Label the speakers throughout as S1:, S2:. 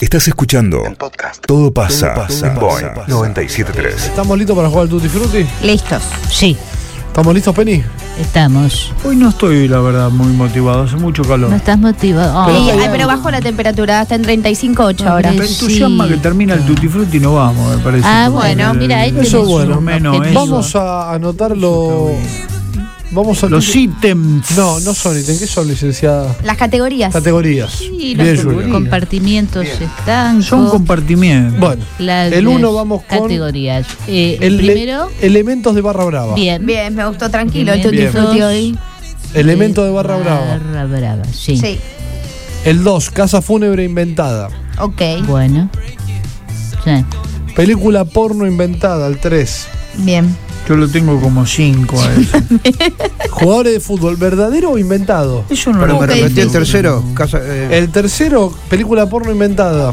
S1: Estás escuchando
S2: En podcast.
S1: Todo pasa, en Boeing
S2: pasa.
S1: 973.
S3: ¿Estamos listos para jugar al Tutti Frutti?
S4: Listos.
S5: Sí,
S3: ¿Estamos listos, Penny?
S5: estamos.
S6: Hoy no estoy, la verdad, muy motivado. Hace mucho
S5: No
S6: calor.
S5: estás motivado. Ah,
S4: Y-
S5: Ay,
S4: ay, pero bajó la temperatura, está en 35,8 ahora.
S6: Me entusiasma que termina el Tutti Frutti y no vamos, me parece.
S5: Ah,
S6: Porque
S5: bueno,
S6: el-
S5: mira, ahí
S3: Eso
S5: tenés
S3: bueno.
S5: un
S6: Menos
S5: objetivo.
S6: eso.
S3: Vamos a anotar los. Vamos a.
S6: Los ítems.
S3: No, no son ítems. ¿Qué son, licenciada?
S4: Las categorías.
S3: Categorías.
S5: Sí,
S3: Bien,
S5: los
S3: Julia.
S5: compartimientos están.
S6: Son compartimientos.
S3: Bueno, el uno vamos con.
S5: Categorías. Eh,
S3: ele-
S5: primero,
S3: Elementos de Barra Brava.
S5: bien.
S4: Bien, me gustó tranquilo el
S5: Bien. eh,
S4: tutti
S3: Bien.
S4: frutti hoy.
S3: Elemento de Barra Brava.
S5: Barra brava, sí.
S4: Sí,
S3: El 2, Casa Fúnebre Inventada.
S4: ok.
S5: Bueno. Sí.
S3: Película porno inventada, el 3.
S4: Bien.
S6: Yo lo tengo como cinco a eso.
S3: Jugadores de fútbol, ¿verdadero o inventado?
S6: Eso no
S7: Pero
S6: lo
S7: me
S4: Ok.
S7: repetí el tercero. Casa, eh,
S3: El tercero, película porno inventada.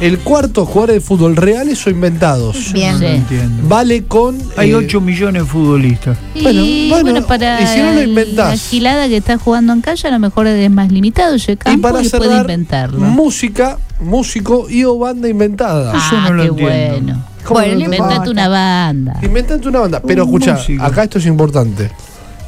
S3: El cuarto, jugadores de fútbol, ¿reales o inventados?
S4: Bien.
S6: no
S5: Sí.
S6: entiendo.
S3: Vale con.
S6: Hay
S3: eh,
S6: 8 millones de futbolistas.
S3: Bueno,
S5: y
S3: bueno,
S5: bueno, para
S3: y si no lo inventás.
S5: la gilada que está jugando en calle, a lo mejor es más limitado ese
S3: Y
S5: campo y,
S3: para
S5: puede
S3: cerrar,
S5: inventarlo.
S3: música, músico y o banda inventada.
S5: ah,
S6: Yo no lo
S5: qué
S6: entiendo.
S5: bueno.
S3: ¿Cómo
S4: Bueno,
S3: no
S4: no
S3: te
S4: importa.
S5: Inventate una banda.
S3: Inventate una banda. Pero
S6: Un
S3: escucha,
S6: músico.
S3: acá esto es importante.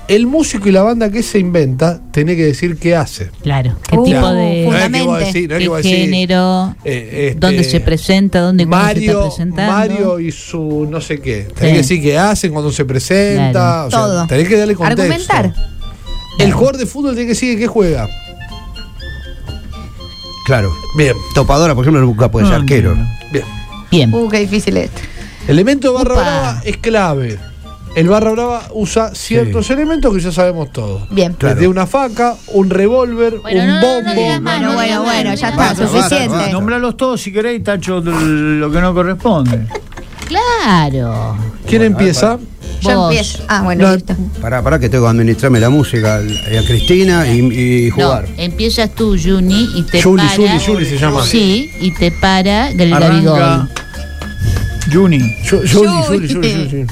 S3: El músico y la banda que se inventa, tenés que decir qué hace.
S5: Claro. ¿Qué
S4: Uh,
S5: tipo
S3: No
S5: de
S3: es que vos
S4: Fundamente.
S3: decís- no es que
S5: Eh, qué
S3: vos decís,
S5: género?
S3: eh, este,
S5: ¿Dónde se presenta? ¿Dónde cómo se está
S3: Mario,
S5: presentando?
S3: Mario y su no sé qué. Tenés
S5: Sí.
S3: que decir qué hacen cuando se presenta.
S5: Claro.
S3: o sea,
S4: Todo.
S3: tenés que darle contexto.
S4: Argumentar.
S3: El jugador de fútbol tiene que decir qué juega.
S7: claro.
S3: Bien,
S7: Topadora, por ejemplo, nunca puede ser
S6: No
S7: arquero.
S6: entiendo.
S3: bien.
S5: Bien.
S4: Uh, qué difícil esto.
S3: Elemento barra
S5: Upa.
S3: brava es clave. El barra brava usa ciertos elementos que ya sabemos todos.
S4: Bien.
S7: Claro.
S3: Desde una faca, un revólver,
S5: Bueno,
S3: un
S5: no, no, no
S3: bombo.
S5: digas más.
S4: Bueno, bueno, bueno, ya está,
S7: Basta, basta,
S4: suficiente.
S7: basta.
S6: Nombralos todos si queréis, Tacho, lo que no corresponde.
S5: Claro.
S3: ¿Quién empieza?
S4: Ya
S5: Vos.
S4: empiezo. Ah, bueno,
S3: No,
S4: listo.
S7: Pará, pará, que tengo que administrarme la música y a Cristina y, y jugar.
S5: No, empiezas tú, Juni, y te
S3: Juli,
S5: para.
S3: Juli, Juli se llama.
S5: Sí, y te para Gregorigoy.
S6: Arranca. Juni.
S3: Yo, yo, yo, yo, yo, yo, yo.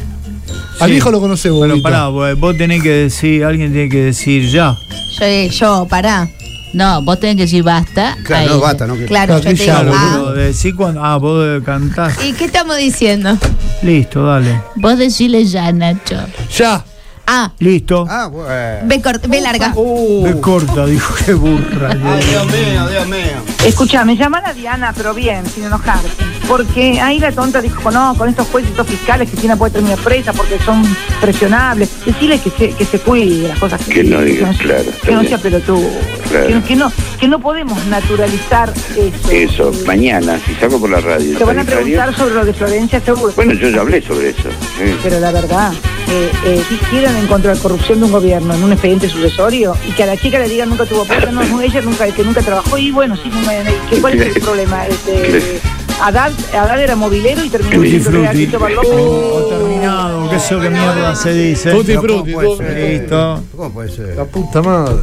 S3: Al
S6: Sí.
S3: hijo lo conocemos.
S6: Bueno,
S3: Vito.
S6: pará, vos vos tenés que decir, alguien tiene que decir ya.
S4: Yo, yo, pará.
S5: No, vos tenés que decir basta. a
S7: Claro, no,
S5: ella.
S7: bata, ¿no? Que-
S4: Claro, yo te digo.
S3: Claro,
S4: Ah.
S6: Pero decí cuando. Ah, vos eh, cantás.
S4: ¿Y qué estamos diciendo?
S6: Listo, dale.
S5: Vos decile ya, Nacho.
S3: Ya.
S4: Ah,
S6: Listo.
S7: Ah, bueno.
S4: ve, cort- ve larga.
S3: uh.
S6: Me corta, dijo que burra.
S7: Dios mío, Dios mío.
S8: Escucha, me llaman a Diana, pero bien, sin enojar. Porque ahí la tonta dijo, no, con estos jueces, estos fiscales, Cristina puede terminar presa porque son presionables. Decirle que se, que se cuide de las cosas que,
S2: Que no diga,
S8: digan,
S2: claro,
S8: Que no
S2: también.
S8: sea pelotudo.
S2: Claro.
S8: Que, que no, que no podemos naturalizar eso.
S2: Eso, mañana, si saco por la radio.
S8: Te van a
S2: ¿sabés radio?
S8: preguntar sobre lo de Florencia, seguro.
S2: Bueno, yo ya hablé sobre eso. sí.
S8: Pero la verdad, eh, eh, si quieren encontrar corrupción de un gobierno en un expediente sucesorio y que a la chica le digan nunca tuvo plata, no, no, ella nunca, que nunca trabajó y bueno, sí, no me- que- ¿cuál es el problema? Este, Haddad, Haddad era movilero y terminó
S6: Tutti
S8: siendo
S6: frutti.
S8: realista para López.
S3: uh.
S6: Oh, terminado, qué sé yo qué mierda se dice.
S3: Tutti
S7: Pero ¿cómo
S3: frutti,
S7: puede
S3: tutti
S7: ser?
S6: Listo.
S7: ¿Cómo puede
S3: La
S7: ser?
S3: puta madre.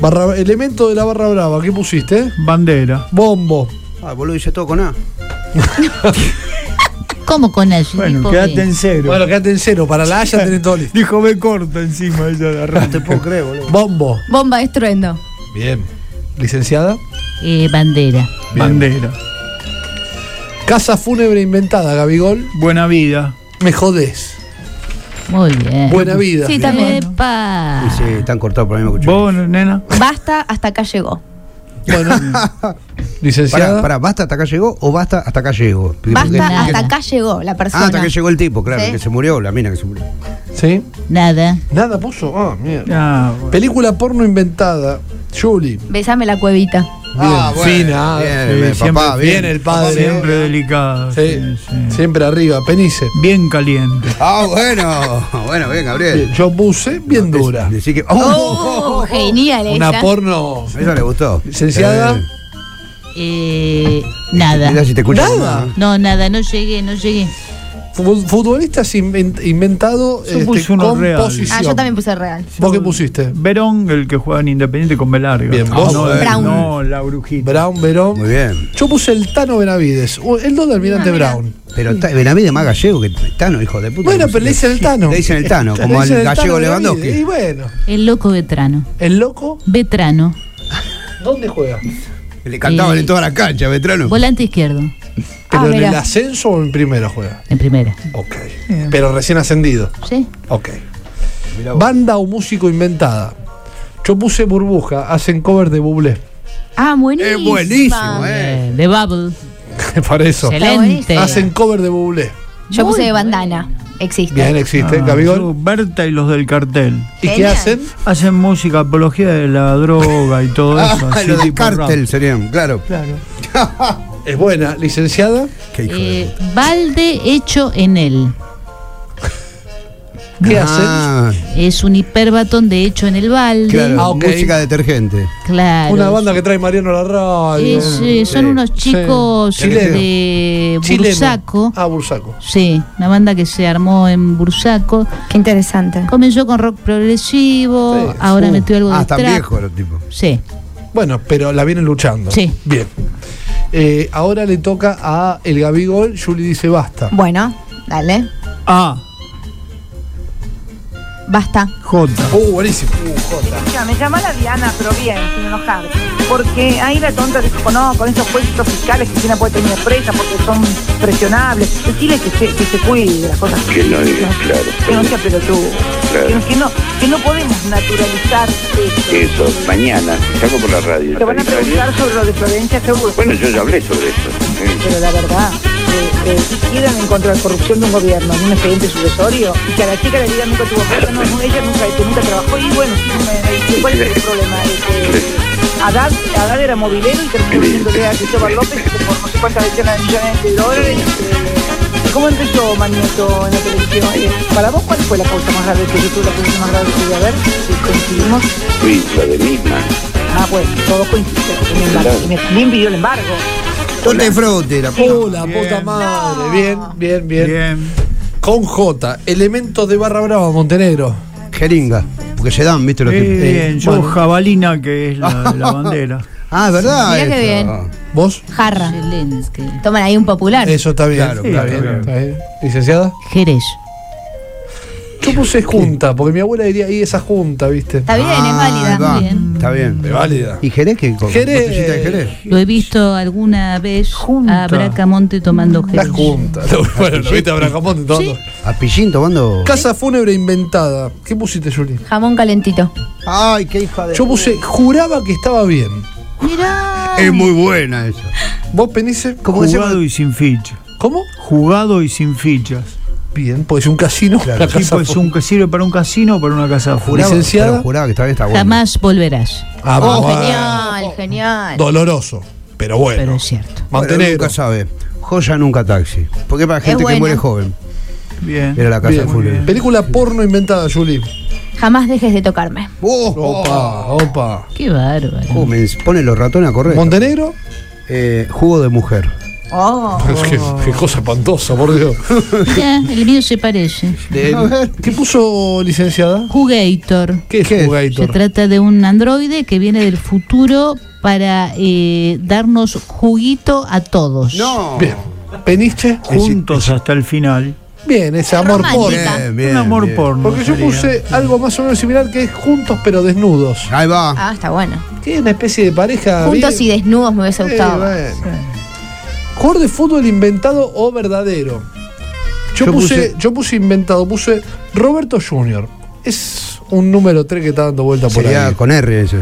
S3: Barra- elemento de la barra brava, ¿qué pusiste?
S6: Bandera.
S3: Bombo.
S7: Ah, boludo, dice todo con A.
S5: ¿Cómo con eso?
S6: Bueno,
S5: Tipo
S6: quédate
S5: que-
S6: en cero.
S3: Bueno, quédate en cero, para la Haya tenés todo listo.
S6: Dijo me corta encima ella la
S7: No te
S6: rata.
S7: puedo creer, boludo.
S3: Bombo.
S4: Bomba de estruendo.
S3: Bien. Licenciada.
S5: eh, bandera.
S6: Bandera.
S3: Casa fúnebre inventada, Gabigol.
S6: Buena vida.
S3: Me jodés.
S5: Muy bien.
S3: Buena vida.
S4: Sí, también.
S5: Epa.
S7: Y Sí, están cortados por el mismo cuchillo.
S6: ¿Vos, nena?
S4: Basta, hasta acá llegó.
S3: Licenciada.
S7: Pará, pará, ¿basta hasta acá llegó o basta hasta acá llego? Porque- porque-
S4: Basta,
S5: Nada.
S4: hasta acá llegó la persona.
S7: Ah, hasta que llegó el tipo, claro,
S4: Sí.
S7: que se murió, la mina que se murió.
S3: Sí.
S5: Nada.
S3: Nada puso. Ah, mierda.
S6: Ah, bueno.
S3: Película porno inventada. Julie.
S4: Besame la cuevita.
S3: Ah, bueno. Fina.
S7: Bien,
S6: Sí,
S7: bien,
S6: siempre
S7: papá,
S3: bien
S7: bien.
S3: el padre. eh.
S6: Siempre delicado.
S3: Sí,
S6: sí, sí.
S3: Siempre arriba. Penice.
S6: Bien caliente.
S7: Ah, bueno. Bueno, bien, Gabriel.
S3: Yo puse bien dura.
S7: Decí que.
S4: Oh, genial
S3: Una
S4: esa.
S3: porno.
S7: Eso le gustó.
S3: Licenciada.
S7: Eh,
S5: Eh, nada.
S7: mirá si te escuchas
S3: Nada.
S7: más.
S5: No, nada, no llegué, no llegué.
S3: Fut- Futbolistas inven- inventado este,
S6: Yo puse uno real.
S4: Ah, yo también puse real.
S3: ¿Vos qué pusiste?
S6: Verón, el que juega en Independiente con Belarga.
S3: Bien,
S6: no,
S3: vos.
S6: no,
S4: Brown.
S6: no, la brujita.
S3: Brown, Verón.
S7: Muy bien.
S3: Yo puse el Tano Benavides. o El don de
S4: Ah,
S3: Almirante Brown.
S7: Pero está- Benavides es más gallego que Tano, hijo de puta.
S3: Bueno,
S7: No sé
S3: pero le
S7: qué.
S3: dicen el Tano.
S7: Le dicen el Tano,
S3: Le
S7: como al
S3: dicen el Tano
S7: gallego
S3: Benavides. Y
S7: Lewandowski.
S3: bueno,
S5: El loco vetrano.
S3: el loco,
S5: Vetrano.
S3: ¿dónde juega?
S7: Le cantaban
S5: Y-
S7: en toda la cancha, veterano.
S5: Volante izquierdo,
S3: ¿Pero
S4: Ah,
S3: en el
S4: mirá.
S3: ascenso o en primero juega?
S5: en primera.
S3: Ok. Pero recién ascendido.
S5: ¿Sí?
S3: Ok. Banda o músico inventada. Yo puse burbuja, hacen cover de Bublé.
S4: Ah, buenísimo.
S7: Es buenísimo, eh.
S5: Eh, de Bubble.
S3: Para eso.
S5: Excelente.
S3: Hacen cover de Bublé.
S4: Yo puse de bandana. Existe.
S3: Bien, existe,
S6: Ah, yo,
S3: Gabigol.
S6: Berta y los del cartel.
S3: ¿Y qué
S4: Genial.
S3: hacen?
S6: Hacen música, apología de la droga y todo eso.
S7: Ah,
S6: así
S7: lo del
S6: tipo rap.
S7: cártel serían, claro.
S3: Es buena, licenciada.
S7: Qué hijo de-
S5: Eh, balde hecho en él.
S3: ¿Qué hacen?
S7: Ah,
S5: Es un hiperbatón de hecho en el balde.
S7: claro.
S3: Ah, ok.
S7: Música detergente.
S5: Claro.
S3: Una banda que trae Mariano la radio.
S5: Es, eh, son
S7: Sí.
S5: unos chicos eh,
S3: Sí.
S5: de
S3: Chileno.
S5: Bursaco.
S3: Ah, Bursaco.
S5: Sí, una banda que se armó en Bursaco.
S4: Qué interesante.
S5: Comenzó con rock progresivo,
S3: Sí.
S5: ahora
S3: Uh.
S5: metió algo
S7: Ah,
S5: de
S7: están
S5: trap.
S7: viejos los tipos.
S5: Sí,
S3: Bueno, pero la vienen luchando.
S5: Sí.
S3: Bien. Eh, ahora le toca a el Gabigol. Julie dice basta.
S4: Bueno, dale.
S6: A,
S4: Basta.
S6: J.
S3: Uh, buenísimo. Uh, Jota.
S8: Mira, me llama la Diana, pero bien, sin enojar. Porque ahí la tonta dijo, no, con esos puestos fiscales Cristina puede tener presa porque son presionables. Decirle que se, que se cuide de las cosas.
S2: Que no diga,
S8: físicas,
S2: claro.
S8: Que no sea pelotudo.
S2: Claro.
S8: Que, que no, que no podemos naturalizar eso.
S2: Eso, mañana, si saco por la radio.
S8: Te van a
S2: ¿está bien?
S8: preguntar sobre lo de Florencia, seguro.
S2: Bueno, yo ya hablé sobre eso. sí.
S8: Pero la verdad, eh, eh, si quieren en contra de corrupción de un gobierno, en un expediente sucesorio, y que a la chica le digan nunca tuvo plata, no, no, ella nunca, que nunca trabajó, y bueno, sí, me- me- ¿cuál es el problema? Este, Haddad, Haddad era movilero y terminó diciéndole a Cristóbal López que por no sé cuántas decenas de millones de dólares. eh, ¿Cómo empezó Magneto en la televisión? Eh, ¿Para vos cuál fue la causa más grave que yo tuve, la causa más grave que yo a ver? Si coincidimos.
S2: Sí, la de misma.
S8: Ah, pues, todos coincidimos. Sin embargo, me, me envidió el embargo.
S7: No te frotes, la puta.
S3: Uh, la puta madre. Bien, bien, bien,
S6: Bien.
S3: Con J. Elementos de Barra Brava, Montenegro.
S7: Jeringa. Porque se dan, viste, los
S6: Eh,
S7: tipos.
S6: bien, yo
S3: bueno.
S6: jabalina, que es la, la bandera.
S7: Ah, es verdad.
S4: Mirá qué
S7: eso.
S3: ¿Vos?
S4: Jarra.
S5: Zelensky.
S4: Toman ahí un popular.
S3: Eso está bien.
S7: Claro,
S3: está,
S7: claro,
S3: bien
S7: claro.
S3: está bien. ¿Licenciada?
S5: Jerez.
S3: Yo puse junta, porque mi abuela diría, y esa junta, ¿viste?
S4: Está bien, es
S7: Ah, ahí
S4: válida.
S7: va.
S5: muy bien.
S7: Está bien.
S3: Es válida.
S7: ¿Y Jerez qué? co-
S3: Jerez.
S7: botellita de Jerez.
S5: Lo he visto alguna vez
S6: Junta.
S5: a Bracamonte tomando
S3: La
S5: Jerez.
S3: junta. Bueno, lo viste a Bracamonte todo.
S5: Sí.
S7: A Pillín tomando.
S3: Casa fúnebre inventada. ¿Qué pusiste, Juli?
S4: Jamón calentito.
S7: Ay, qué hija de.
S3: Yo puse, juraba que estaba bien.
S5: Mirá.
S7: Es muy buena esa.
S3: ¿Vos, Penice?
S7: ¿Cómo que se llama?
S6: Jugado y sin ficha.
S3: ¿Cómo?
S6: Jugado y sin fichas.
S3: Bien, puede ser un casino. la
S6: El
S3: casa
S6: tipo es
S3: fu-
S6: un, sirve para un casino o para una casa de fútbol.
S7: Juraba-
S3: Licenciada.
S7: pero Juraba que esta vez está buena.
S5: Jamás volverás.
S3: Ah, bueno.
S4: Genial, genial.
S3: Doloroso, pero bueno.
S5: Pero es cierto.
S7: Bueno,
S3: Montenegro.
S7: nunca sabe. Joya nunca taxi. Porque es para gente que
S4: buena.
S7: muere joven.
S6: Bien.
S7: Era la casa
S3: Bien.
S7: de fúnebre.
S3: Película porno inventada, Juli.
S4: Jamás dejes de tocarme.
S7: Oh,
S3: Opa, opa.
S5: Qué bárbaro.
S7: oh, me pone los ratones a correr.
S3: ¿Montenegro?
S7: Eh, jugo de mujer.
S4: Oh.
S3: Qué, qué cosa espantosa, por Dios.
S5: Mirá, el mío se parece.
S7: A ver.
S3: ¿Qué puso licenciada?
S5: Jugator.
S3: ¿Qué es Este-
S7: ¿Qué es?
S5: Se
S3: Jugator?
S5: trata de un androide que viene del futuro para eh, darnos juguito a todos.
S7: No.
S3: Bien. ¿Peniche?
S6: Juntos hasta el final.
S3: Bien, ese amor
S4: Romántica.
S3: porno.
S7: Bien, bien,
S6: un amor
S7: bien.
S6: porno.
S3: Porque yo
S6: sería.
S3: puse algo más o menos similar que es juntos pero desnudos.
S7: Ahí va.
S4: Ah, está bueno.
S3: Que es una especie de pareja.
S4: Juntos y
S3: bien-
S4: desnudos me hubiese
S3: Eh,
S4: gustado.
S3: bueno. Jugador de fútbol inventado o verdadero. Yo,
S7: Yo
S3: puse,
S7: puse-
S3: yo puse inventado, puse Roberto Junior. Es un número 3 que está dando vuelta por
S7: Sería
S3: ahí.
S7: con R ese.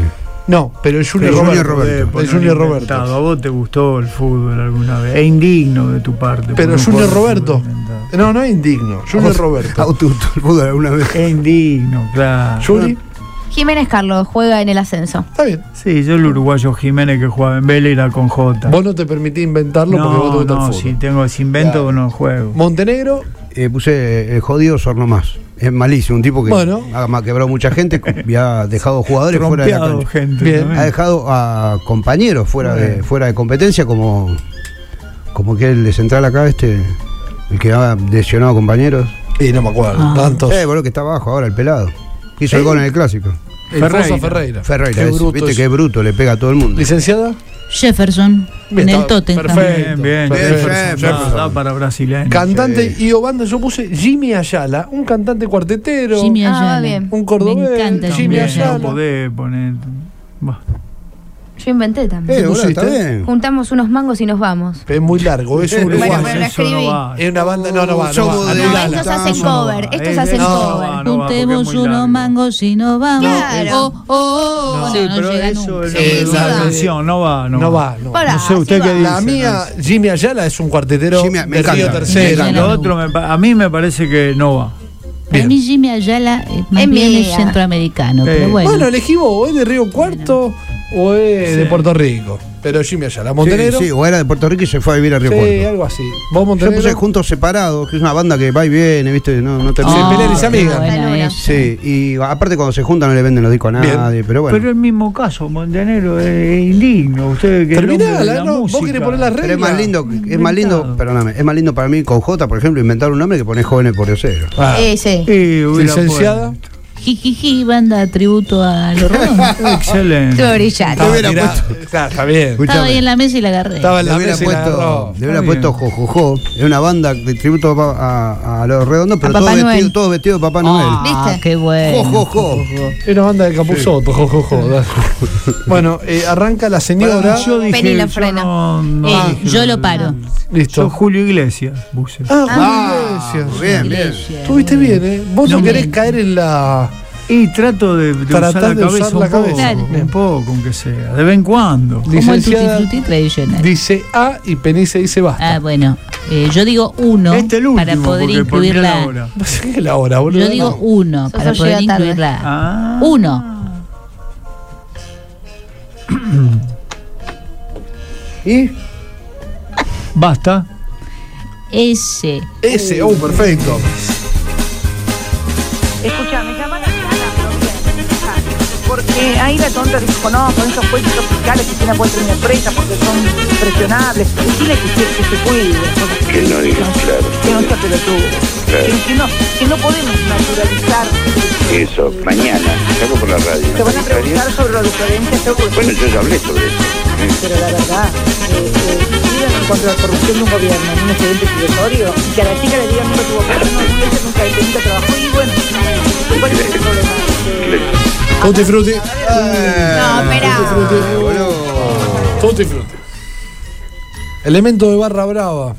S3: No, pero el Junior
S7: El
S3: Roberto.
S7: Junior Roberto.
S6: Eh, poner
S3: El Junior
S6: inventado.
S3: Roberto.
S6: A vos te gustó el fútbol alguna vez. Es indigno de tu parte.
S3: Pero
S6: poner
S3: Junior
S6: fútbol
S3: Roberto.
S6: inventado.
S3: No, no es indigno. Junior
S7: ¿A
S3: Roberto.
S7: vos te gustó el fútbol alguna vez?
S6: Es indigno, claro.
S3: Juli,
S4: Jiménez Carlos juega en el ascenso.
S3: está bien.
S6: Sí, yo el uruguayo Jiménez que jugaba en Vélez era con J.
S3: Vos no te permitís inventarlo porque vos te
S6: no,
S3: gusta
S6: no,
S3: el fútbol.
S6: si tengo, si invento no juego.
S3: Montenegro,
S7: Eh, puse eh, el jodido Sornomás. Es malísimo, un tipo que
S3: Bueno.
S7: ha, ha quebrado mucha gente y ha dejado jugadores fuera de la
S6: Trompeado
S7: cancha.
S6: gente.
S3: Bien.
S6: también.
S7: Ha dejado a compañeros fuera de, fuera de competencia, como, como que el de central acá, este, el que ha lesionado a compañeros.
S3: y no me acuerdo,
S5: Ah.
S3: tantos.
S7: Eh, boludo, que está abajo ahora, el pelado. Hizo
S3: ¿Eh?
S7: el gol en el clásico.
S3: El
S6: Ferreira.
S3: Fosa Ferreira.
S7: Ferreira,
S3: Qué
S7: ese,
S3: bruto
S7: viste
S3: es.
S7: que bruto, le pega a todo el mundo.
S3: Licenciada,
S5: Jefferson
S3: Bien,
S5: en el
S3: está-
S5: Tottenham.
S3: perfecto.
S6: Bien, bien.
S3: Jefferson,
S6: Jefferson.
S7: Jefferson.
S6: Da para brasileño.
S3: cantante y o banda, yo puse Jimmy Ayala, un cantante cuartetero,
S5: Jimmy
S4: Ah,
S5: Ayala.
S4: bien.
S3: un cordobés,
S5: Me encanta
S3: Jimmy
S5: Jimmy
S6: También
S3: Ayala.
S6: no podés poner. Bah.
S4: Yo inventé también.
S7: Eh, bueno,
S3: pusiste?
S7: está bien.
S4: Juntamos unos mangos y nos vamos.
S3: Es muy largo, es un
S4: Bueno,
S3: uruguayo.
S4: bueno,
S6: Eso no
S4: escribí.
S6: va.
S3: Es una banda, no, no va, no
S7: Somos
S3: va.
S7: de-
S4: No,
S7: Lala.
S4: estos
S7: Estamos-
S4: hacen cover. Estos
S6: Eh,
S4: hacen
S6: no,
S4: cover.
S6: no va, porque es muy
S5: Juntemos unos
S6: largo.
S5: mangos y nos vamos.
S4: Claro.
S5: Oh, oh, oh, oh. No,
S6: sí,
S5: no
S6: pero
S5: llega
S6: eso
S5: nunca.
S6: es
S3: Eh,
S6: lo que-
S3: la-
S6: la canción, no va, no,
S3: No va, no.
S4: Pará,
S6: No sé, ¿usted
S4: sí
S6: qué
S4: va.
S6: dice?
S3: La mía, Jimmy Ayala, es un cuartetero
S7: Jimmy, me
S3: de Río
S7: encanta.
S3: Tercera.
S5: Me
S6: Lo
S5: encanta.
S6: otro, me pa- a mí me parece que no va.
S5: Para mí Jimmy Ayala eh, más
S4: Es
S5: bien es
S4: mía.
S5: centroamericano,
S6: Eh,
S5: pero bueno.
S3: Bueno, elegí vos, o es de Río Cuarto o es de Puerto Rico. Pero Jimmy Ayala, Montenegro.
S7: Sí, sí,
S3: Sí,
S7: o era de Puerto Rico y se fue a vivir a Río Cuarto.
S3: algo así. Vos
S7: Yo
S3: Montenegro.
S7: puse juntos separados, que es una banda que va y viene, ¿viste? No, no
S5: Ah,
S7: termina.
S3: Sí, Belén y
S5: qué
S3: su amiga.
S5: buena
S4: Bueno,
S5: esa.
S7: Sí, y aparte cuando se juntan no le venden los discos a
S3: Bien.
S7: nadie, pero bueno.
S6: Pero el mismo caso, Montenegro es, es indigno. Usted que
S3: Terminala, ¿no? Vos querés poner la
S7: Pero es más lindo, es más lindo,
S6: Inventado.
S7: perdóname, es más lindo para mí con J, por ejemplo, inventar un nombre que pone jóvenes por cero.
S3: Ah,
S4: Eh, sí.
S3: licenciada.
S5: Jijiji, banda tributo a los romanos.
S6: Excelente.
S4: Estuve brillante.
S7: Te hubiera
S3: tirada.
S7: puesto-
S3: Ah, está bien.
S5: Estaba ahí en la mesa y la agarré.
S3: Estaba en
S7: Le
S3: la
S7: hubiera
S3: mesa y la
S7: puesto,
S3: agarró.
S7: le hubiera
S6: Está
S7: puesto
S6: bien.
S7: Jojojo, es una banda de tributo a, a- a los redondos, pero
S4: A
S7: todos
S4: Papá Noel.
S7: vestidos todos vestidos de Papá Noel.
S5: Ah,
S4: ¿Viste?
S5: qué bueno.
S7: Jojojo.
S3: Es una banda de Capuzoto, jojojo. bueno, eh, arranca la señora.
S6: Yo dije,
S4: Penny la
S6: yo
S4: frena.
S6: no- no
S5: Eh,
S6: dije
S5: yo lo
S6: nada.
S5: paro.
S6: Yo
S3: Listo.
S6: Julio Iglesias puse.
S3: Ah,
S7: Ah,
S3: Julio Iglesias.
S7: bien, bien.
S3: Estuviste bien, ¿eh? Vos no,
S5: No,
S3: querés
S5: bien.
S3: caer en la.
S6: Y trato de, de
S3: Tratás
S6: usar la
S3: de
S6: cabeza,
S3: usar
S6: un,
S3: la
S6: poco,
S3: cabeza.
S5: Claro.
S6: un poco, aunque sea, de vez en cuando.
S5: Como el tutti
S3: Licenciada-
S5: frutti tradicional.
S3: Dice A y Penice dice
S5: Ah,
S3: basta.
S5: bueno. eh, yo digo uno
S6: este es el último,
S5: para poder
S6: porque por mí
S5: incluir
S6: la
S5: la.
S6: hora.
S3: No sé qué es la hora, boludo.
S5: Yo digo uno
S4: Sos
S5: para
S4: yo
S5: poder
S4: llega tarde.
S5: incluir la.
S6: Ah.
S5: Uno.
S7: ¿Y?
S6: Basta.
S5: Ese.
S3: Ese, oh, perfecto.
S8: Escucha, me llaman a porque eh, ahí la tonta dijo, no, con esos jueces tropicales que tienen puesto en la empresa porque son impresionables. Decirle que, se- que se cuide, porque-
S2: Que no diga, claro.
S8: que no sea pelotudo.
S2: Claro.
S8: Que, que no, que no podemos naturalizar.
S2: Eso, mañana, saco por la radio.
S8: Te van a preguntar sobre la diferencia, seguro.
S2: Bueno, yo ya hablé sobre eso.
S8: pero la verdad, eh, eh, en contra la corrupción de un gobierno, en un excedente sucesorio, y que a la chica le digan nunca tuvo problema, no, ella nunca, ella nunca trabajó, y bueno, ¿cuál es el problema?
S2: ¿eh?
S3: Tutti frutti.
S5: Ah.
S4: No, espera.
S3: Tutti frutti. Elemento de barra brava.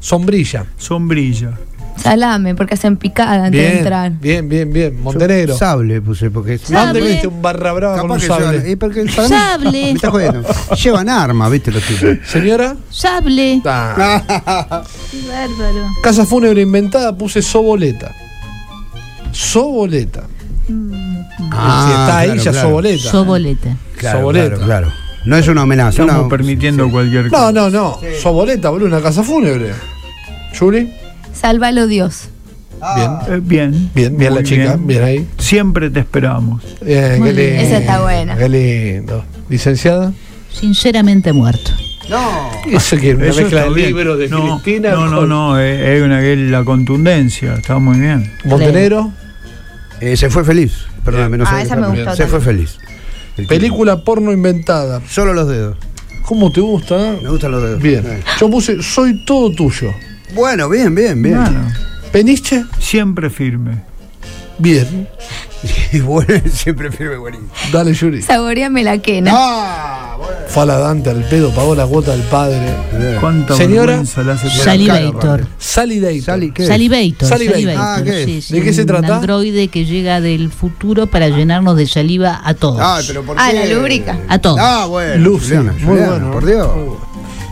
S3: Sombrilla.
S6: Sombrilla.
S4: Salame, porque hacen picada antes de entrar.
S3: Bien, bien, bien, bien. Montenegro.
S7: Sable puse, porque es-
S5: Sable.
S3: ¿Dónde viste un barra brava con
S7: Capaz
S3: un
S7: que llevan,
S3: sable?
S7: eh, porque para mí-
S5: Sable.
S7: me está jodiendo. Llevan armas, viste los tipos.
S3: Señora.
S5: Sable.
S3: Ah.
S5: Qué bárbaro.
S3: Casa fúnebre inventada puse soboleta. Soboleta. si está ahí,
S7: Ah, claro,
S3: ya
S7: claro.
S3: soboleta.
S5: Soboleta.
S7: Claro,
S3: soboleta.
S7: claro, claro. No es una amenaza.
S6: Estamos
S7: una-
S6: permitiendo cualquier cosa.
S3: No, no, no. Soboleta, boludo, una casa fúnebre. Juli.
S4: Sálvalo Dios.
S7: Ah.
S6: Eh, bien.
S3: Bien, bien
S6: Muy
S3: la chica, bien, ahí.
S6: Siempre te esperamos.
S3: Bien,
S5: Muy
S3: qué
S5: bien.
S3: lindo.
S4: Esa está buena.
S3: Qué lindo. Licenciada.
S5: Sinceramente muerto.
S3: Eso que una
S6: Eso
S3: mezcla
S6: está
S3: de
S6: bien.
S3: libros de
S6: no,
S3: Cristina.
S6: No, no,
S3: con
S6: no. eh, Es una que es la contundencia. Está muy bien.
S3: Montenegro.
S7: Eh, se fue feliz. Perdóname, no
S4: Ah,
S7: sé-
S4: esa me gustó
S7: Se fue
S4: también.
S7: feliz. El
S3: Película porno inventada.
S7: tipo. Solo los dedos.
S3: ¿Cómo te gusta? eh?
S7: Me gustan los dedos.
S3: Bien.
S7: Eh.
S3: Yo puse Soy todo tuyo.
S7: Bueno, bien, bien, bien.
S6: Bueno,
S3: Peniche.
S6: siempre firme.
S3: Bien.
S7: Y bueno, siempre firme buenísimo.
S3: Dale, Yuri.
S4: Saboreame la quena.
S7: Ah,
S3: Faladante al pedo, pagó la cuota del padre.
S6: ¿Cuánta
S3: Señora,
S6: vergüenza le hace
S7: Sali-
S5: Salivator.
S3: Salidator.
S7: Sally, ¿qué?
S5: Salivator.
S3: Salivator.
S7: Ah, ¿qué es?
S3: ¿De qué se
S5: Un
S3: trata?
S5: androide que llega del futuro para llenarnos de saliva a todos.
S7: Ah, pero ¿por qué?
S4: Ah, la lubrica.
S5: A todos.
S7: Ah, bueno.
S3: Lucy,
S7: Juliana,
S3: muy
S7: Juliana,
S3: bueno.
S7: por Dios.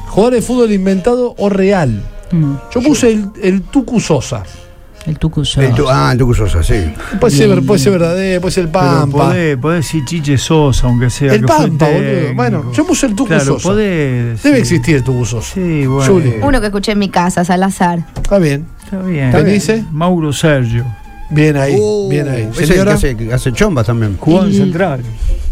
S3: Jugador de fútbol inventado o real.
S5: Mm,
S3: Yo puse el, el Tucu Sosa.
S5: el tucuso.
S7: El tu- ah, el Tucu Sosa, sí.
S3: Puede ser, puede ser verdadero, puede ser el
S6: Pero
S3: Pampa.
S6: podés, podés decir Chiche Sosa, aunque sea.
S3: El
S6: que fue
S3: Pampa, boludo.
S6: técnico.
S3: Bueno, yo puse el Tucu
S6: Claro,
S3: Sosa.
S6: podés.
S3: Debe
S6: sí.
S3: existir el Tucu Sosa.
S6: Sí, bueno.
S3: Juli.
S4: Uno que escuché en mi casa, Salazar.
S3: Está bien.
S6: Está bien.
S3: ¿Qué dice?
S6: Mauro Sergio.
S3: Bien ahí.
S7: Uh,
S3: bien ahí.
S7: ese que
S3: Señora.
S7: hace, que hace chombas también.
S6: Jugó en
S5: El-
S6: Central.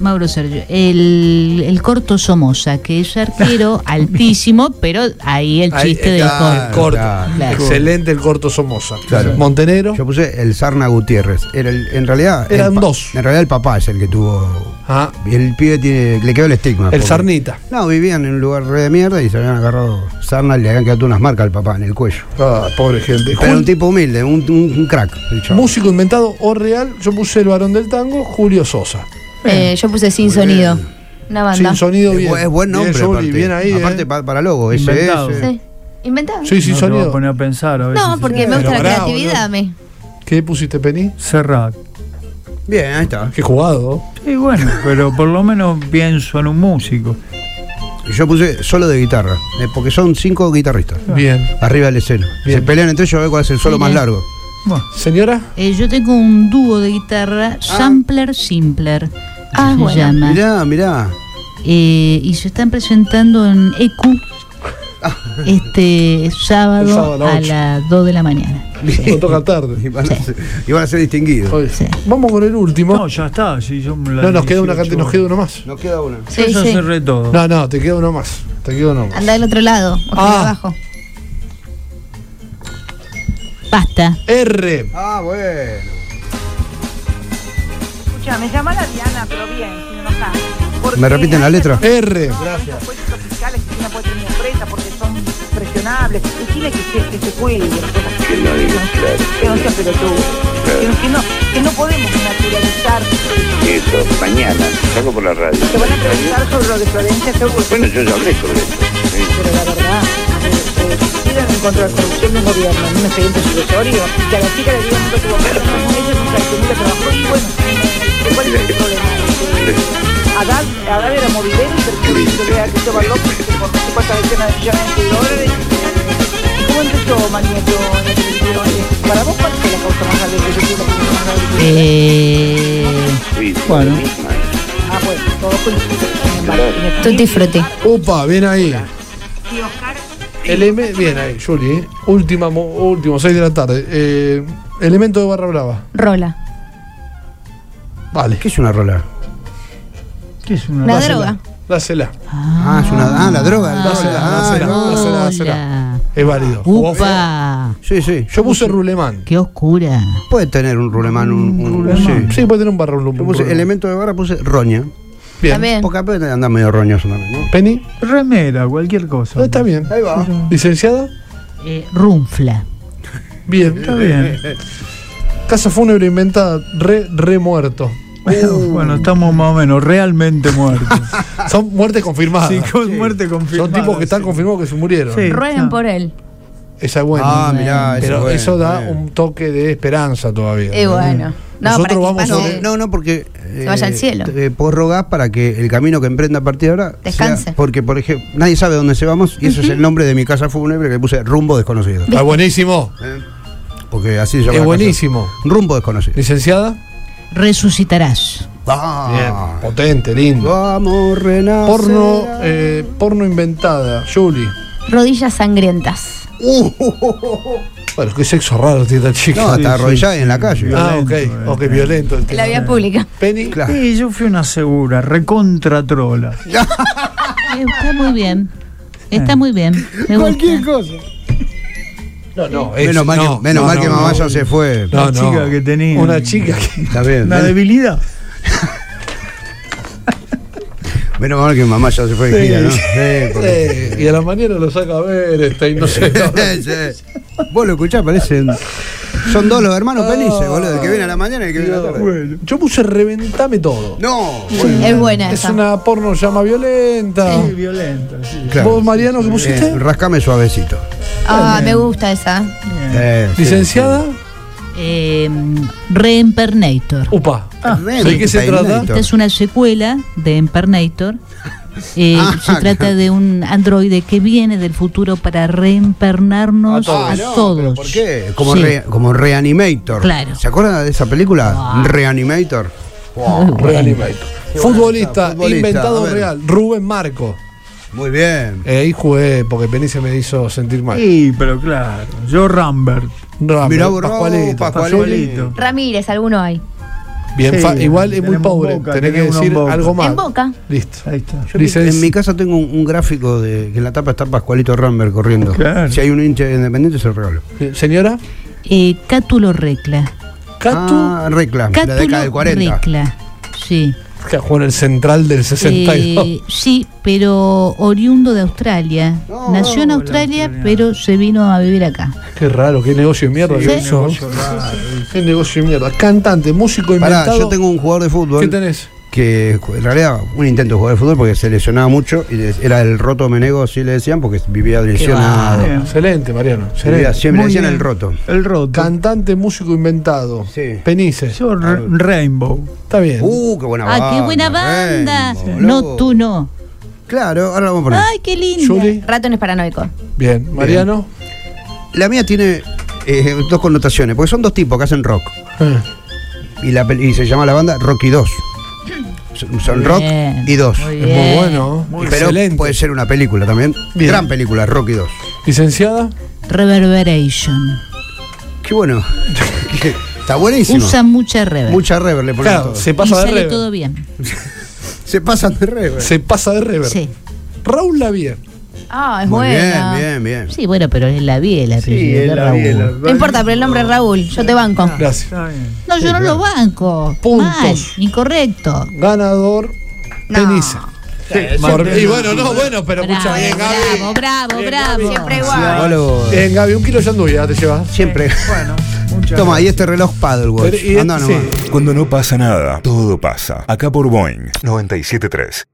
S5: Mauro Sergio. El, el corto Somoza, que es arquero altísimo, pero ahí el
S3: Ahí
S5: chiste del
S3: está el
S5: corto.
S3: corto.
S7: Claro,
S5: claro.
S3: Excelente el corto Somoza.
S7: Claro.
S3: Montenegro.
S7: Yo puse el Sarna Gutiérrez. Era el- en realidad. el
S3: Eran
S7: pa-
S3: dos.
S7: En realidad, el papá es el que tuvo.
S3: Ah,
S7: y El pibe tiene, le quedó el estigma.
S3: el
S7: porque-
S3: Sarnita.
S7: No, vivían en un lugar re de mierda y se habían agarrado sarna y le habían quedado unas marcas al papá en el cuello.
S3: Ah, pobre gente.
S7: Pero
S3: Jul-
S7: un tipo humilde, un, un- un crack. el chaval.
S3: Músico inventado o real. Yo puse el varón del tango, Julio Sosa.
S4: Eh, yo puse sin sonido. Una banda.
S3: Sin sonido
S7: Es
S3: bien.
S7: bu- Es buen nombre.
S3: Bien, Juli,
S7: aparte.
S3: bien ahí.
S7: Aparte
S3: eh.
S7: pa- para logo, ese
S6: Inventado.
S7: ese.
S4: Sí. Inventado.
S3: Sí, sin
S6: no te voy a
S3: sonido.
S6: poner a pensar a ver
S4: No,
S6: si-
S4: porque me gusta la
S3: Pero pará,
S4: creatividad, me.
S3: ¿Qué pusiste, Penny?
S6: Serrat.
S7: Bien, ahí está.
S3: Qué jugado.
S6: Sí, bueno, pero por lo menos pienso en un músico.
S7: Yo puse solo de guitarra, eh, porque son cinco guitarristas.
S3: Bien.
S7: Arriba de la escena.
S3: Bien.
S7: Se pelean entre ellos a ver cuál es el solo más
S5: Bien.
S7: largo.
S6: Bueno,
S3: Señora,
S5: Eh, yo tengo un dúo de guitarra,
S3: Ah.
S5: Sampler Simpler,
S4: Ah,
S5: se
S4: bueno.
S5: llama.
S7: Mirá, mirá.
S5: Eh, y se están presentando en EQ este sábado,
S3: El sábado a
S5: a
S3: ocho.
S5: las 2 de la mañana.
S3: no toca tarde.
S7: Y van a ser, y van a ser distinguidos.
S3: Oye,
S5: Sí.
S3: Vamos con el último.
S6: no, ya está. Si yo me la
S3: No, nos queda una
S6: 18
S3: cantidad, nos queda uno más.
S7: Nos queda una.
S6: Yo
S4: Sí,
S6: ya
S4: sí.
S6: cerré todo.
S3: No, no, te queda uno más. Te queda uno más.
S4: Anda del otro lado, o
S3: Ah.
S4: abajo.
S5: Basta.
S3: R.
S7: Ah, bueno.
S8: Escucha, me llama la Diana, pero bien, sin enojar. Porque
S7: ¿Me repiten la
S8: hay
S7: letra?
S3: R.
S8: Gracias. Políticos fiscales que una puede tener presa porque son presionables. Decirle que se, que se cuide.
S2: Que no diga, claro.
S8: Que no sea pelotudo. Que, que, no, que no podemos naturalizar.
S2: Eso, mañana. Saco por la radio.
S8: Te van a preguntar sobre lo de Florencia, seguro.
S2: Bueno, yo ya hablé sobre eso. Sí.
S8: pero la verdad, eh, eh, tiran en contra de la corrupción de un gobierno, en un expediente sucesorio, y que a la chica le digan nunca tuvo problema, no, ella nunca, que nunca trabajó, y bueno, eh, ¿cuál es el problema? Eh, Adán, Adán era movilero, pero yo le a Cristóbal López, que por no sé cuántas decenas de millones de dólares, ¿y cómo empezó Manieto en la televisión? Eh, Para vos, ¿cuál es la causa más grave que yo tengo que más grave que yo?
S5: Eh,
S2: Sí,
S6: Bueno.
S2: la misma.
S8: Ah, bueno, todo coincide.
S4: Tutti frutti.
S3: Opa, bien ahí. El M, bien ahí, Juli. eh. Última, mo- último, 6 de la tarde. Eh, elemento de barra brava.
S4: Rola.
S3: Vale,
S7: ¿Qué es una rola?
S6: ¿Qué es una
S4: La
S6: raza?
S4: droga.
S3: dásela.
S7: Ah, es una. Ah, la droga. la droga.
S3: Dásela,
S7: Ah,
S3: dásela,
S7: no.
S3: dásela, dásela. Es válido.
S5: Uh.
S3: Jugó feo.
S5: ¡Upa!
S7: Sí, sí.
S3: Yo puse rulemán.
S5: ¡Qué oscura!
S7: Puede tener un rulemán, un, un- sí.
S3: Sí, puede tener un barra un
S7: Yo puse
S3: rulemán.
S7: elemento de barra, puse roña.
S3: Bien.
S4: También.
S7: Porque aparte anda medio roñoso también, ¿no?
S3: Penny,
S6: Remera, cualquier
S3: ah,
S6: cosa.
S3: está bien.
S7: Ahí va.
S3: Licenciada,
S5: Eh, runfla.
S3: bien.
S6: Está bien.
S3: Casa fúnebre inventada, re, re muerto. Uh.
S6: Bueno, estamos más o menos realmente muertos.
S3: Son muertes confirmadas.
S6: Sí, con muerte confirmada.
S3: Ah, Son tipos que están
S6: sí.
S3: confirmados que se murieron.
S6: Sí.
S4: Rueguen
S6: no.
S4: por él.
S3: Esa es buena.
S7: Ah, mirá, ese
S3: Pero
S7: bueno,
S3: eso da
S7: bien.
S3: un toque de esperanza todavía.
S4: Y bueno. No,
S3: Nosotros
S4: para
S3: vamos
S4: que
S7: No,
S4: pase-
S7: no, no, porque. eh,
S4: vaya al cielo.
S7: te- eh, vos rogás para que el camino que emprenda a partir de ahora. sea-
S4: Descanse.
S7: porque, por ejemplo, nadie sabe dónde se vamos y ese es el nombre de mi casa fúnebre que le puse Rumbo Desconocido.
S3: Está buenísimo.
S7: Porque así se llama.
S3: Es
S7: la
S3: buenísimo.
S7: casa. Rumbo Desconocido.
S3: Licenciada.
S5: Resucitarás.
S7: Ah,
S3: Potente, lindo.
S7: Vamos, Renato.
S3: Porno, eh, porno inventada. Julie.
S4: Rodillas sangrientas.
S3: Bueno, qué sexo raro tiene esta chica.
S7: No,
S6: Sí,
S7: está
S6: sí,
S7: arrodillada
S6: sí.
S7: en la calle.
S3: ah, ok.
S6: violento,
S3: ok,
S6: eh.
S3: violento. el
S4: En la
S3: tema.
S4: vía pública.
S3: Penny.
S7: Claro.
S6: Sí, yo fui una segura, recontra trola.
S5: Eh, Está muy bien.
S7: Eh.
S5: Está muy bien. Me gusta.
S7: cosa.
S3: No, no. es-
S7: Menos mal que,
S3: no,
S7: menos
S3: no,
S7: mal que
S3: no,
S7: mamá
S3: no.
S7: ya se fue.
S3: No,
S6: La
S3: no.
S6: chica que tenía.
S3: Una chica que.
S7: Está bien.
S6: Una
S7: men-
S6: debilidad.
S7: Menos mal que mamá ya se fue de gira, ¿no?
S3: Sí,
S7: porque-
S3: sí, eh, y a la mañana lo saca a ver este inocente.
S7: Sí. Vos lo escuchás, parecen. Son dos los hermanos
S3: Ah,
S7: felices, boludo. El que viene a la mañana y el que viene a la tarde.
S3: Yo puse reventame todo.
S7: No.
S4: Es buena
S3: Es
S4: esa.
S3: una porno llama violenta.
S6: Sí, violenta, sí.
S7: Claro.
S3: ¿Vos, Mariano, qué pusiste?
S7: Eh, rascame suavecito.
S4: Ah, me gusta esa.
S7: Eh, sí,
S3: Licenciada.
S5: Eh, Reempernator.
S3: Upa.
S7: sí. Re-
S3: ¿de qué se
S7: peinadito.
S3: trata?
S5: Esta es una secuela de Empernator. Eh,
S7: Ah,
S5: se trata de un androide que viene del futuro para reempernarnos a
S7: Ah,
S5: todos.
S7: no, pero ¿Por qué? Como,
S5: Sí.
S7: re- como Reanimator.
S5: Claro.
S7: ¿Se acuerdan de esa película?
S5: Wow.
S7: Reanimator.
S3: Reanimator. Futbolista,
S7: Futbolista, a
S3: inventado
S7: ver.
S3: real, Rubén Marco.
S7: Muy bien.
S3: Eh, ahí jugué porque Penice me hizo sentir mal.
S6: Sí, pero claro. Yo Rambert.
S3: No,
S7: Mirá,
S3: pero
S7: borró,
S3: Pascualito.
S7: Pascualito.
S6: Pascualito.
S4: Ramírez, alguno hay.
S3: Bien,
S6: Sí,
S3: fa- igual es muy
S6: tenemos
S3: pobre.
S6: Boca,
S3: Tenés que
S6: tenemos
S3: decir
S6: Boca.
S3: algo más.
S4: En Boca.
S3: Listo.
S6: Ahí está.
S7: Yo en mi-
S3: Licenci-
S7: en mi casa tengo un, un gráfico de que en la tapa está Pascualito Rambert corriendo.
S6: Claro.
S7: Si hay un hincha independiente, se lo regalo.
S3: Eh, Señora,
S5: Eh, Cátulo Recla.
S3: Catu,
S7: Ah, Recla, de la década del 40.
S5: Recla. Sí.
S3: que jugó en el central del 62.
S5: Eh, sí, pero oriundo de Australia.
S7: No,
S5: Nació en
S6: la
S5: Australia,
S6: australiana.
S5: pero se vino a vivir acá.
S3: Qué raro, qué negocio de mierda
S6: Sí,
S3: que
S6: un
S3: hizo.
S6: negocio raro.
S3: Qué negocio de mierda. Cantante, músico
S7: Pará,
S3: inventado.
S7: yo tengo un jugador de fútbol.
S3: ¿Qué tenés?
S7: que en realidad un intento de jugar al fútbol porque se lesionaba mucho y le- era el roto menego, así le decían, porque vivía lesionado.
S6: va.
S3: Excelente, Mariano.
S7: Vivía-
S3: Excelente.
S7: siempre le
S6: Muy
S7: decían
S6: bien.
S7: el roto.
S6: El roto.
S3: Cantante, músico inventado.
S7: Sí.
S3: Penice.
S6: Yo, Re- Rainbow.
S3: Está bien.
S7: Uh, qué buena banda.
S5: ¡Ah, qué buena banda!
S7: Rainbow,
S5: no,
S7: loco.
S5: tú no.
S7: Claro, ahora lo vamos a poner.
S5: ¡Ay, qué lindo!
S3: Juli.
S4: Ratones paranoicos.
S3: Bien. Mariano.
S7: La mía tiene eh, dos connotaciones, porque son dos tipos que hacen rock.
S3: Eh,
S7: Y, la, pel- y se llama la banda Rocky 2. Son, son
S5: Muy
S7: rock
S5: bien,
S7: y 2.
S5: muy
S3: es muy
S5: bien.
S3: bueno.
S7: Pero
S3: excelente.
S7: puede ser una película también.
S3: Bien.
S7: Gran película, Rocky 2.
S3: Licenciada.
S5: Reverberation.
S7: Qué bueno. Está buenísimo.
S5: Usa mucha reverb.
S7: Mucha rever le ponen a
S3: Claro,
S7: todo.
S3: se
S7: se...
S5: y
S3: pasa de
S5: sale
S3: rever.
S5: todo bien.
S7: pasan de rever.
S3: Se pasa de rever.
S5: Sí.
S3: Raúl Lavier.
S4: Ah, es
S7: Muy
S4: bueno.
S7: bien, bien, bien.
S5: Sí, bueno, pero es la biela.
S6: Sí, es la biela.
S4: No importa, pero el nombre es Raúl. Yo te banco.
S5: Ah.
S3: Gracias.
S6: Está bien.
S5: No, yo no lo banco.
S3: Puntos.
S5: Mal, incorrecto.
S3: Ganador.
S4: No.
S3: Penice. Por- y bueno, no, bueno, pero
S5: Bravo,
S3: escucha bien, Gaby.
S5: bravo, bravo, bravo.
S4: Siempre igual.
S7: Psicólogo,
S3: Bien, Gaby, un kilo de sandía te llevas.
S7: Siempre.
S6: Bueno, muchas
S7: Toma, y este reloj Paddle Watch.
S3: Pero, y-
S7: Anda
S3: sí.
S7: nomás.
S1: Cuando no pasa nada, todo pasa. Acá por Boeing 973.